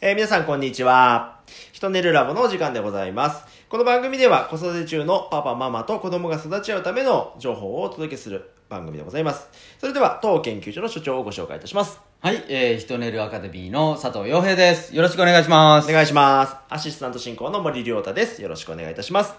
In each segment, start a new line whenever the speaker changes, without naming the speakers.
えー皆さんこんにちは。ひとねるラボのお時間でございます。この番組では子育て中のパパママと子供が育ち合うための情報をお届けする番組でございます。それでは当研究所の所長をご紹介いたします。
はい、えー、ヒトネルアカデミーの佐藤洋平です。よろしくお願いしま
お
す。
願いします。アシスタント進行の森亮太です。よろしくお願いいたします。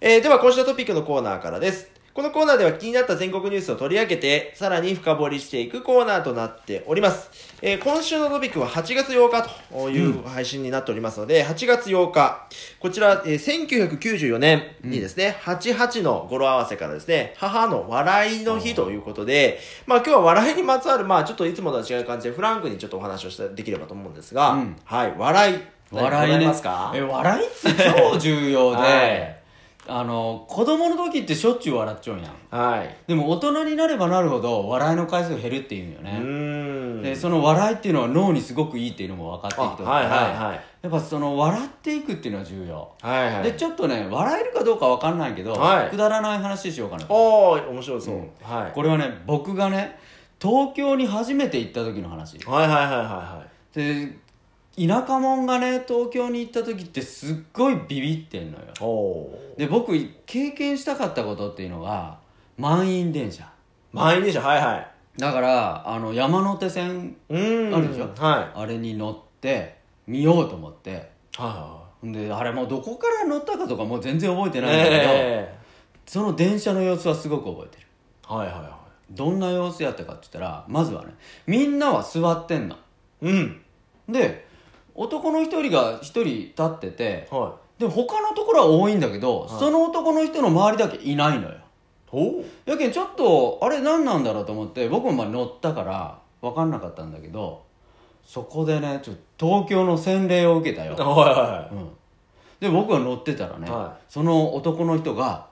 えーでは、今週のトピックのコーナーからです。このコーナーでは気になった全国ニュースを取り上げて、さらに深掘りしていくコーナーとなっております。えー今週のトピックは8月8日という配信になっておりますので、8月8日、こちら、えー1994年にですね、88の語呂合わせからですね、母の笑いの日ということで、まあ今日は笑いにまつわる、まあちょっといつもとは違う感じで、フランクにちょっとお話をしたできればと思うんですが、
うん
はい、笑い。
笑
ご
い
ざ
ね
いますか
え、笑いって超重要で、
はい
あの、子供の時ってしょっちゅう笑っちゃうんやん。
はい。
でも大人になればなるほど笑いの回数減るっていうんよ
う
ね。
ーん。
で、その笑いっていうのは脳にすごくいいっていうのも分かってきてるから、
あはいはいはい
やっぱその笑っていくっていうのは重要。
はいは
で、
い。
ちょっとね、笑えるかどうか分かんないけど、
はい
くだらない話しようかなと
おー、面白そう。
うん
はい。
これはね、僕がね、東京に初めて行った時の話。
はいはいはいはいはい。
で田舎者がね東京に行った時ってすっごいビビってんのよ
おー。
で僕経験したかったことっていうのが満員電車
満員電車、はいはい。
だからあの山手線
うーん。
あるでしょ
は
あれに乗って見ようと思って
い。は
であれもうどこから乗ったかとかもう全然覚えて
い
な
はい
いんだけど、
え
その電車の様子はすごく覚えてる
えはいはいは
どんな様子やったかって言ったらまずはねみんなは座ってんの
い。うん。
で男の一人が一人立ってて
は
で他のところは多いんだけど、その男の人の周りだけいないのよ
い。おー。
やけんちょっとあれ何なんだろうと思って僕もまあ乗ったから分かんなかったんだけどそこでねちょっと東京の洗礼を受けたよ、
は
うん、で僕が乗ってたらね、
は
その男の人が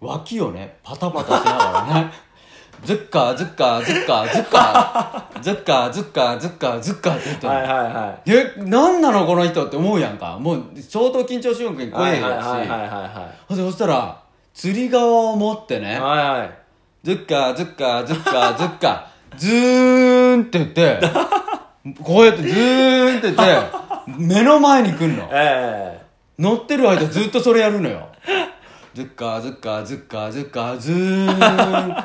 脇をねパタパタしながらね ズッカーズッカーズッカーズッ カーズッカーズッカーズッカーズッカーって言っ
い
てる
はい。はいはいはい。
え、なんなのこの人って思うやんか。もう、相当緊張しようけん
は
声
いはい
やし。
はいはいは
そそしたら、釣り側を持って
い。
ね、
はいはい。
ズッカーズッカーズッカー ズッカー、ズーンって言って、こうやってズーンって言って、目の前に来んの。
え
乗ってる間ずっとそれやるのよ。ズッカーズッカーズッカーズッカーズーン。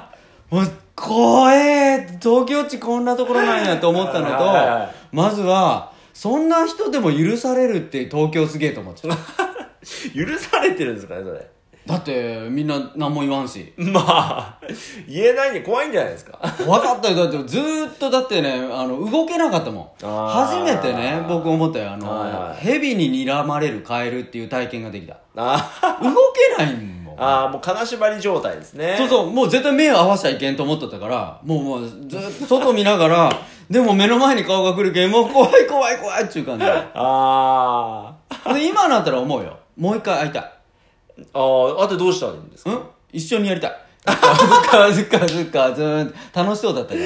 もう、怖え東京地こんなところなんやと思った
は
の
いはいはい
と、まずは、そんな人でも許されるって東京すげえと思っちゃった。
え許されてるんですかね、それ。
だって、みんな何も言わんし。
まあ、言えないんで怖いんじゃないですか。
怖かったよ。だって、ずーっとだってね、あの、動けなかったもん。
あー
初めてね、僕思ったよ。あ
はいは
の、
い
蛇に睨まれるカエルっていう体験ができた。
あ
動けないもん。
ーあー、もう金縛り状態ですね。
そうそう、もう絶対目を合わせちゃいけんと思っとったから、もうもうずっと外見ながら、でも目の前に顔が来るけん、もう怖い怖い怖いっていう感じで。
ああ。
で、今なったら思うよ。もう一回会いたい。
あーあとどうしたらいいんですか
ん一緒にやりたい。ずっかずっかずっかずーん。楽しそうだったか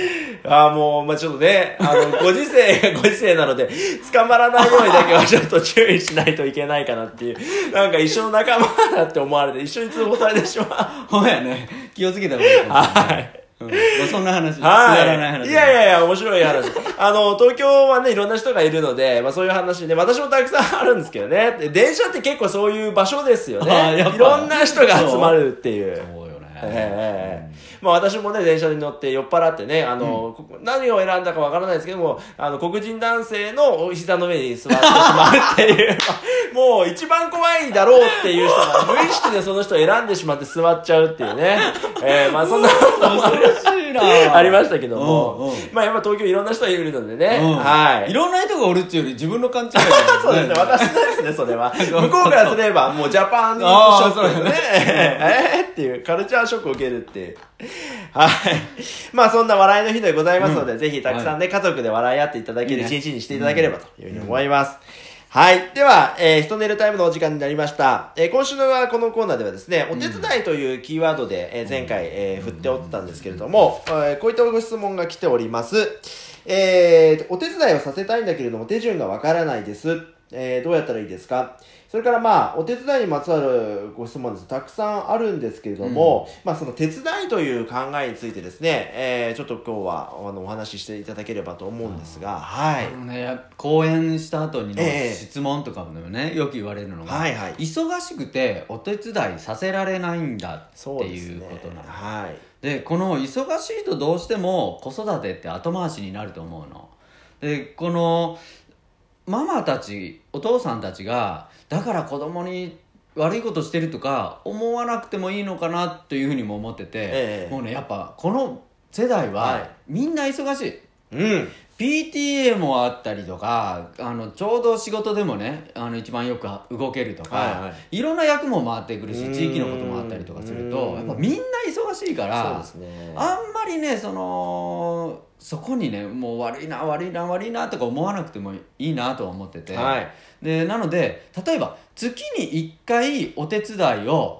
ら。
ああ、もう、まあ、ちょっとね、あの、ご時世が ご時世なので、捕まらないようにだけはちょっと注意しないといけないかなっていう。なんか一緒の仲間だって思われて、一緒に通報されてしまう。
ほんやね。気をつけた方がいいかもしれな
は
い。
い。
うんまあそんな話。く
はい。
だらない話。
いやいやいや、面白い話。あの、東京はね、いろんな人がいるので、まあそういう話ね、私もたくさんあるんですけどね。で電車って結構そういう場所ですよ
あー
ね。
やっぱ
いろんな人が集まるっていう。
そうよね。
ええまあ私もね、電車に乗って酔っ払ってね、あの、こ何を選んだかわからないですけども、あの、黒人男性のお膝の上に座ってしまうっていう、 もう一番怖いだろうっていう人が無意識でその人を選んでしまって座っちゃうっていうね。ええまあそんなことも
恐ろしいな
ありましたけども
うんうん、
まあやっぱ東京いろんな人がいるのでね、
うん
はい。
いろんな人がおるっちゅうより自分の勘違いだ
そうですね、
よね。
私のですね、 それは。向こうからすれば、もうジャパンのショックですね。 えーっていう、カルチャーショックを受けるっていう。はい。まあ、そんな笑いの日でございますので、ぜひたくさんね、家族で笑い合っていただける
いいね
一日にしていただければというふうに思います。はい。では、えー、ひとねるタイムのお時間になりました。えー今週のこのコーナーではですね、お手伝いというキーワードで、えー前回、えー振っておったんですけれども、えーこういったご質問が来ております。えーとお手伝いをさせたいんだけれども、手順がわからないです。えーどうやったらいいですかそれからまあ、お手伝いにまつわるご質問です。たくさんあるんですけれども、まあその手伝いという考えについてですね、えーちょっと今日はあのお話ししていただければと思うんですが、はい。
ね、や講演した後にの
ええ
質問とかもね、よく言われるのが、
はいはい
忙しくてお手伝いさせられないんだっていうことなので,、
はい。
この忙しいとどうしても子育てって後回しになると思うのでこのママたちお父さんたちがだから子供に悪いことしてるとか思わなくてもいいのかなっていうふうにも思ってて、
ええ
もうねやっぱこの世代
は
はいみんな忙しい
うん。
PTA もあったりとかあのちょうど仕事でもねあの一番よく動けるとか、
はい
い
は
ろんな役も回ってくる
うー
し
ん
地域のこともあったりとかす
うー
る
ん
とやっぱみんな忙しいから、
そうですね。
あんまりねそのそこにねもう悪いな悪いな悪いなとか思わなくてもいいなとは思ってて、
はい。
でなので例えば月に1回お手伝いを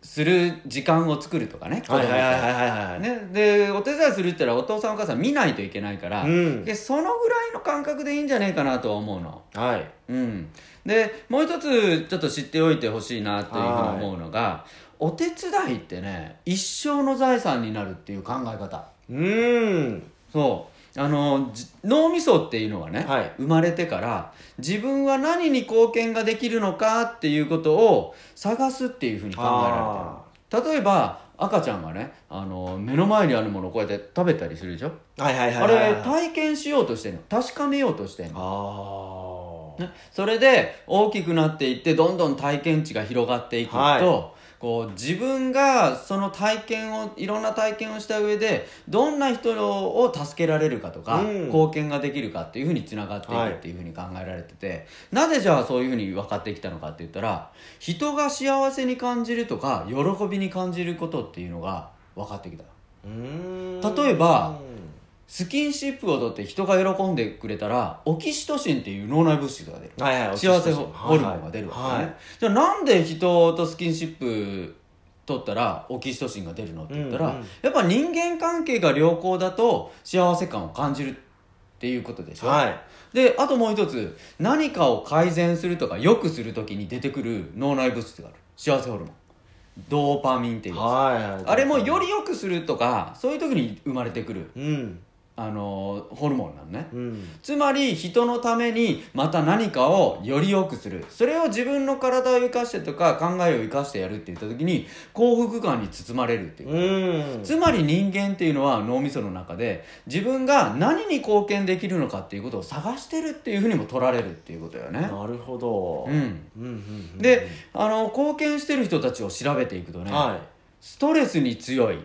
する時間を作るとかね子供
はい
たち
はいはいはいはいはい。
ね、でお手伝いするって言ったらお父さんお母さん見ないといけないから、
うん
でそのぐらいの感覚でいいんじゃねえかなとは思うの。
はい。
うん、でもう一つちょっと知っておいてほしいなというふうに思うのがお手伝いってね一生の財産になるっていう考え方
うーん。
そうあのじ脳みそっていうのはね、
はい
生まれてから自分は何に貢献ができるのかっていうことを探すっていうふうに考えられてる
あ
例えば赤ちゃんがねあの目の前にあるものをこうやって食べたりするでしょ、
はいはいはい
あ
はいはい。
れ体験しようとしてんの確かめようとしてんの、
ああ。
ね、それで大きくなっていってどんどん体験値が広がっていくと、
は
こう自分がその体験をいろんな体験をした上でどんな人を助けられるかとか、
うん
貢献ができるかっていうふうにつながってい
はい
くっていうふうに考えられてて、なぜじゃあそういうふうに分かってきたのかって言ったら人が幸せに感じるとか喜びに感じることっていうのが分かってきた。
うーん。
例えばスキンシップをとって人が喜んでくれたらオキシトシンっていう脳内物質が出る
はいはい。
幸せホルモンが出るわけね、
はいはい。
じゃあなんで人とスキンシップ取ったらオキシトシンが出るのって言ったら、
うんうん
やっぱ人間関係が良好だと幸せ感を感じるっていうことでしょ、
はい。
であともう一つ何かを改善するとか良くするときに出てくる脳内物質がある幸せホルモンドーパミンっていうやつ
はいはい。
あれもより良くするとかそういう時に生まれてくる、
うん。
あのーホルモンなのね、
うん。
つまり人のためにまた何かをより良くするそれを自分の体を生かしてとか考えを生かしてやるって言った時に幸福感に包まれるっていう、
うん。
つまり人間っていうのは脳みその中で自分が何に貢献できるのかっていうことを探してるっていうふうにも取られるっていうことだよね
なるほど。
う。ん
うんうん。
であの貢献してる人たちを調べていくとね、
は
ストレスに強い
い。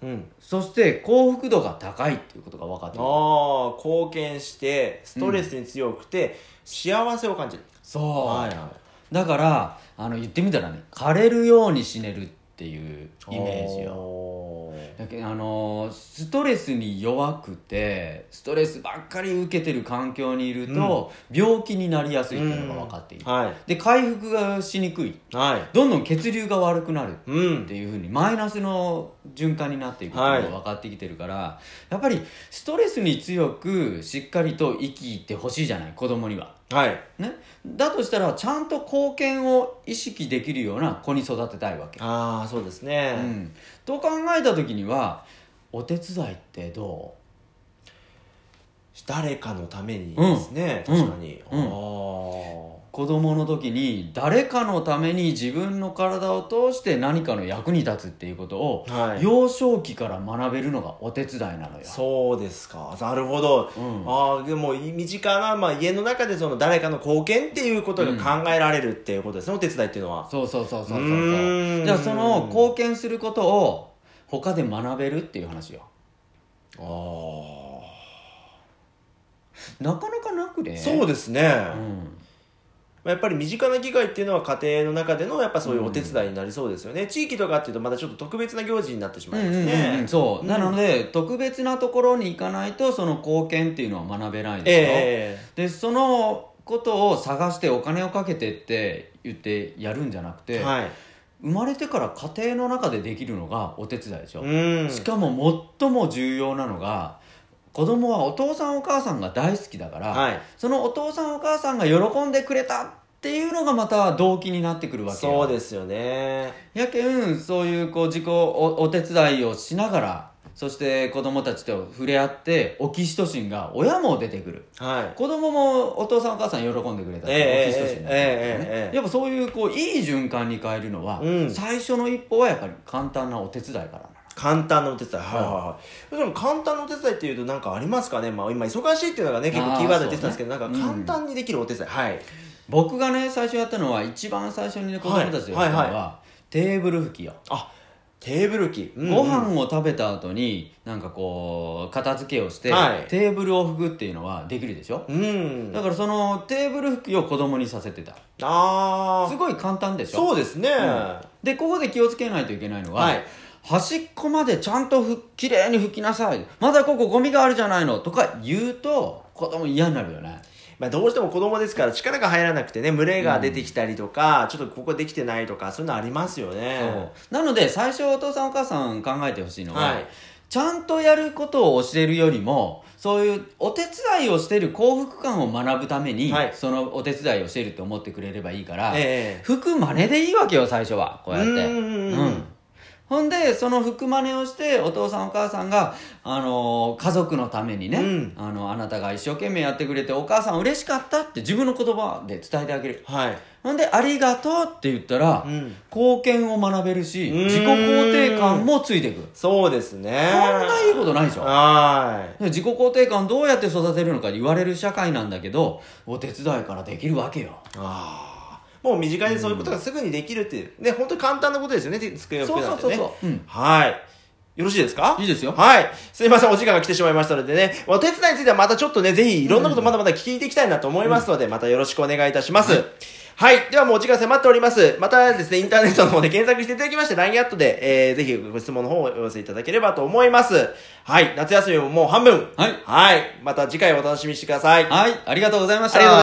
うん。
そして幸福度が高いっていうことが分かってる
ああ、貢献して、ストレスに強くて、幸せを感じる。
そう、
はいは
だからあの言ってみたらね枯れるように死ねるっていう
い。
イメージよ
よ。
だけどあのストレスに弱くてストレスばっかり受けてる環境にいると、病気になりやすいっていうのが分かっている、
は
で回復がしにくい
い。はい。
どんどん血流が悪くなる
う
っ
ん。
ていうふうにマイナスの循環になっていくっていうのが分かってきてるから、やっぱりストレスに強くしっかりと生きてほしいじゃない子供には。
はい。
ね、だとしたらちゃんと貢献を意識できるような子に育てたいわけ。
ああ、そうです
う
ね。
ん、と考えた時にはお手伝いってど
誰かのためにですね、
うん
確かに、
うんう子供の時に誰かのために自分の体を通して何かの役に立つっていうことを
ああはい
幼少期から学べるのがお手伝いなのよ。
そうですかなるほど、
うん
ああでも身近な、まあ、家の中でその誰かの貢献っていうことが考えられるっていうことですね、お手伝いっていうのは
そうそうそうそうそう
う
そ
ー
うんじゃあその貢献することを他で学べるっていう話よ
ああ
なかなかなくね
そうですね、
うん
やっぱり身近な機会っていうのは家庭の中でのやっぱそういうお手伝いになりそうですよね、地域とかっていうとまたちょっと特別な行事になってしまいますね、
うんうんうん、そう、なので特別なところに行かないとその貢献っていうのは学べないでしょ、
え
でそのことを探してお金をかけてって言ってやるんじゃなく
え
て、
はい
生まれてから家庭の中でできるのがお手伝いでしょ、
うん
しかも最も重要なのが子供はお父さんお母さんが大好きだから、
はい
そのお父さんお母さんが喜んでくれたっていうのがまた動機になってくるわけよ
そうですよね
やけんそういうこう自己おお手伝いをしながらそして子供たちと触れ合ってオキシトシンが親も出てくる
はい
子供もお父さんお母さん喜んでくれたり、
ええ
オキシトシンが出てくるね
ええええ
やっぱそういうこういい循環に変えるのは、
うん
最初の一歩はやっぱり簡単なお手伝いからなの
簡単なお手伝いはいはいはいでも簡単なお手伝いっていうと何かありますかね、まあ、今忙しいっていうのがね結
あ
構
ー
キーワードに出てたんですけど、
そう
なん
ね
か簡単にできるお手伝い、はい
僕がね最初やったのは一番最初にね子供たちでやったのは,、
はいはい
テーブル拭きよ
あテーブル機、うん
ご飯を食べた後になんかこう片付けをして、
はい
テーブルを拭くっていうのはできるでしょ、
うん
だからそのテーブル拭きを子供にさせてた
あ
す
あ
ごい簡単でしょ
そうですね、
でここで気をつけないといけないのが、
はい
端っこまでちゃんとふきれいに拭きなさいまだここゴミがあるじゃないのとか言うと子供嫌になるよね
まあ、どうしても子供ですから力が入らなくてね群れが出てきたりとか、ちょっとここできてないとかそういうのありますよね
そうなので最初お父さんお母さん考えてほしいのは、
はい
ちゃんとやることを教えるよりもそういうお手伝いをしている幸福感を学ぶために、
はい
そのお手伝いをしていると思ってくれればいいから、
ええ
服真似でいいわけよ最初はこうやって
うんうんうん
ほんでその服真似をしてお父さんお母さんが、あのー家族のためにね、
うん
あのあなたが一生懸命やってくれてお母さん嬉しかったって自分の言葉で伝えてあげる
はい
ほんで「ありがとう」って言ったら、
うん
貢献を学べるし
うーん
自己肯定感もついていくこ
そうですね
んないいことないでしょ
は
で自己肯定感どうやって育てるのか言われる社会なんだけどお手伝いからできるわけよ
いああもう身近にそういうことがすぐにできるっていう、ね本当に簡単なことですよね手机を拭くなんてね
そうそうそうそううん
はいよろしいですか
いいですよ
はい。すいません、お時間が来てしまいましたのでね、お手伝いについてはまたちょっとね、ぜひいろんなことまだまだ聞いていきたいなと思いますので、またよろしくお願いいたします。はい。ではもうお時間迫っております。またですね、インターネットの方で検索していただきまして、LINE アットで、えー、ぜひご質問の方をお寄せいただければと思います。はい。夏休みももう半分。
はい
はい。また次回お楽しみにしてください。
はいありがとうございました
ありがとうございました